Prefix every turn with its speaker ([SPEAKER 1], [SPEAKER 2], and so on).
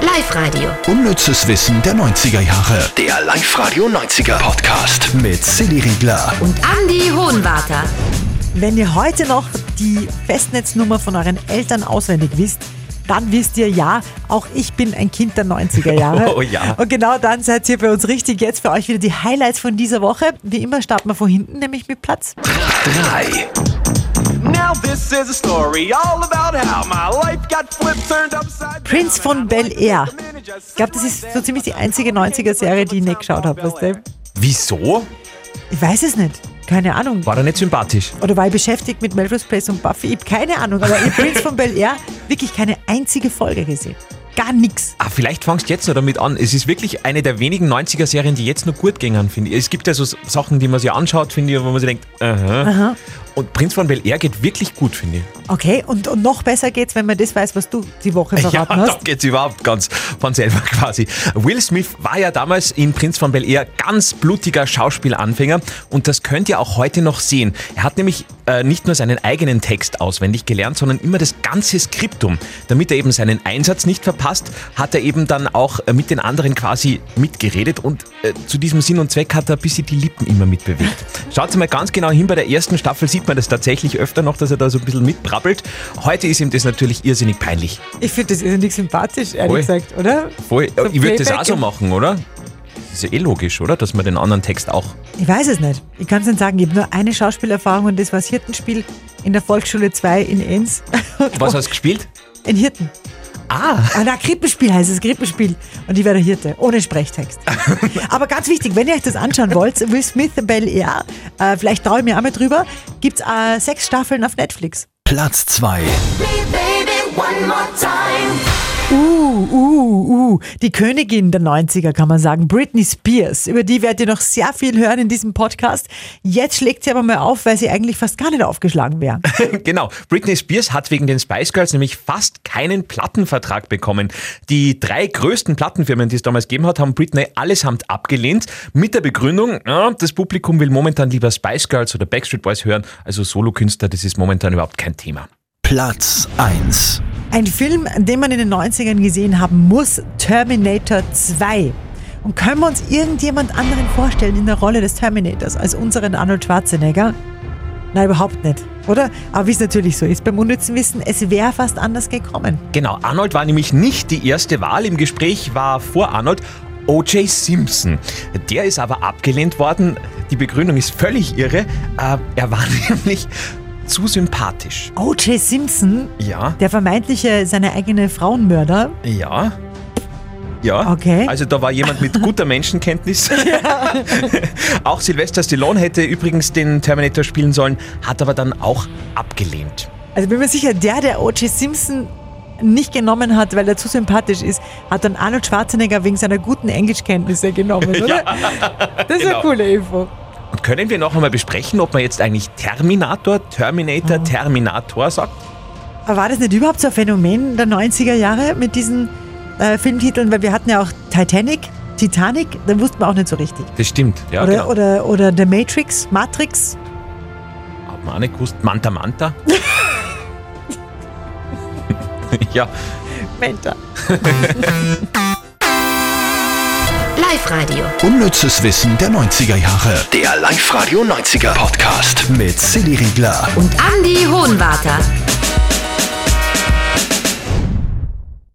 [SPEAKER 1] Live-Radio.
[SPEAKER 2] Unnützes Wissen der 90er Jahre.
[SPEAKER 3] Der Live-Radio 90er Podcast.
[SPEAKER 2] Mit Silly Riegler.
[SPEAKER 1] Und Andy Hohenwarter.
[SPEAKER 4] Wenn ihr heute noch die Festnetznummer von euren Eltern auswendig wisst, dann wisst ihr ja, auch ich bin ein Kind der 90er Jahre.
[SPEAKER 3] Oh ja.
[SPEAKER 4] Und genau dann seid ihr bei uns richtig. Jetzt für euch wieder die Highlights von dieser Woche. Wie immer starten wir von hinten, nämlich mit Platz.
[SPEAKER 3] 3.
[SPEAKER 5] Now this is a story all about how my life got flipped, turned upside down.
[SPEAKER 4] Prinz von Bel Air. Ich glaube, das ist so ziemlich die einzige 90er-Serie, die ich nicht geschaut habe. Weißt du?
[SPEAKER 6] Wieso?
[SPEAKER 4] Ich weiß es nicht. Keine Ahnung.
[SPEAKER 6] War er nicht sympathisch?
[SPEAKER 4] Oder war ich beschäftigt mit Melrose Place und Buffy? Ich habe keine Ahnung. Aber ich Prince von Bel Air wirklich keine einzige Folge gesehen. Gar nichts.
[SPEAKER 6] Ah, vielleicht fangst du jetzt noch damit an. Es ist wirklich eine der wenigen 90er-Serien, die jetzt noch gut gingen, finde ich. Es gibt ja so S- Sachen, die man sich anschaut, finde ich, wo man sich denkt, aha. Und Prinz von Bel Air geht wirklich gut, finde ich.
[SPEAKER 4] Okay, und, und noch besser geht's, wenn man das weiß, was du die Woche verraten
[SPEAKER 6] ja,
[SPEAKER 4] hast.
[SPEAKER 6] da geht's überhaupt ganz von selber quasi. Will Smith war ja damals in Prinz von Bel Air ganz blutiger Schauspielanfänger und das könnt ihr auch heute noch sehen. Er hat nämlich äh, nicht nur seinen eigenen Text auswendig gelernt, sondern immer das ganze Skriptum. Damit er eben seinen Einsatz nicht verpasst, hat er eben dann auch äh, mit den anderen quasi mitgeredet und äh, zu diesem Sinn und Zweck hat er ein bisschen die Lippen immer mitbewegt. Schaut mal ganz genau hin, bei der ersten Staffel sieht man das tatsächlich öfter noch, dass er da so ein bisschen mitbrabbelt. Heute ist ihm das natürlich irrsinnig peinlich.
[SPEAKER 4] Ich finde das irrsinnig sympathisch, ehrlich
[SPEAKER 6] Voll.
[SPEAKER 4] gesagt, oder?
[SPEAKER 6] Voll.
[SPEAKER 4] So
[SPEAKER 6] ich würde das auch so
[SPEAKER 4] Playback.
[SPEAKER 6] machen, oder? Ist ja eh logisch, oder? Dass man den anderen Text auch.
[SPEAKER 4] Ich weiß es nicht. Ich kann es nicht sagen. Ich habe nur eine Schauspielerfahrung und das war das Hirtenspiel in der Volksschule 2 in Enns. Und
[SPEAKER 6] Was hast du gespielt?
[SPEAKER 4] In Hirten.
[SPEAKER 6] Ah!
[SPEAKER 4] Ah, na, Krippenspiel heißt es, Krippenspiel. Und ich war der Hirte, ohne Sprechtext. Aber ganz wichtig, wenn ihr euch das anschauen wollt, Will Smith, Bel Air, äh, vielleicht traue ich mir auch mal drüber, gibt's äh, sechs Staffeln auf Netflix.
[SPEAKER 2] Platz 2.
[SPEAKER 4] Uh, uh, uh, die Königin der 90er, kann man sagen, Britney Spears. Über die werdet ihr noch sehr viel hören in diesem Podcast. Jetzt schlägt sie aber mal auf, weil sie eigentlich fast gar nicht aufgeschlagen wäre.
[SPEAKER 6] genau. Britney Spears hat wegen den Spice Girls nämlich fast keinen Plattenvertrag bekommen. Die drei größten Plattenfirmen, die es damals gegeben hat, haben Britney allesamt abgelehnt. Mit der Begründung, ja, das Publikum will momentan lieber Spice Girls oder Backstreet Boys hören. Also Solokünstler, das ist momentan überhaupt kein Thema.
[SPEAKER 2] Platz 1.
[SPEAKER 4] Ein Film, den man in den 90ern gesehen haben muss, Terminator 2. Und können wir uns irgendjemand anderen vorstellen in der Rolle des Terminators als unseren Arnold Schwarzenegger? Nein, überhaupt nicht, oder? Aber wie es natürlich so ist, beim unnützen Wissen, es wäre fast anders gekommen.
[SPEAKER 6] Genau, Arnold war nämlich nicht die erste Wahl. Im Gespräch war vor Arnold O.J. Simpson. Der ist aber abgelehnt worden. Die Begründung ist völlig irre. Äh, er war nämlich zu sympathisch.
[SPEAKER 4] O.J. Simpson,
[SPEAKER 6] Ja,
[SPEAKER 4] der vermeintliche, seine eigene Frauenmörder,
[SPEAKER 6] ja. Ja,
[SPEAKER 4] Okay.
[SPEAKER 6] also da war jemand mit guter Menschenkenntnis. auch Sylvester Stallone hätte übrigens den Terminator spielen sollen, hat aber dann auch abgelehnt.
[SPEAKER 4] also bin mir sicher, der, der O.J. Simpson nicht genommen hat, weil er zu sympathisch ist, hat dann Arnold Schwarzenegger wegen seiner guten Englischkenntnisse genommen, oder? Das ist
[SPEAKER 6] genau.
[SPEAKER 4] eine coole Info.
[SPEAKER 6] Und können wir noch einmal besprechen, ob man jetzt eigentlich Terminator, Terminator, Terminator sagt?
[SPEAKER 4] Aber war das nicht überhaupt so ein Phänomen der 90er Jahre mit diesen äh, Filmtiteln? Weil wir hatten ja auch Titanic, Titanic, dann wussten wir auch nicht so richtig.
[SPEAKER 6] Das stimmt, ja.
[SPEAKER 4] oder,
[SPEAKER 6] genau.
[SPEAKER 4] oder, oder The Matrix, Matrix.
[SPEAKER 6] Hat man auch nicht gewusst. Manta Manta? ja.
[SPEAKER 4] Mentor.
[SPEAKER 1] Live-Radio.
[SPEAKER 2] Unnützes Wissen der 90er Jahre.
[SPEAKER 3] Der Live-Radio 90er Podcast.
[SPEAKER 2] Mit Silly Riegler.
[SPEAKER 1] Und Andy Hohenwarter.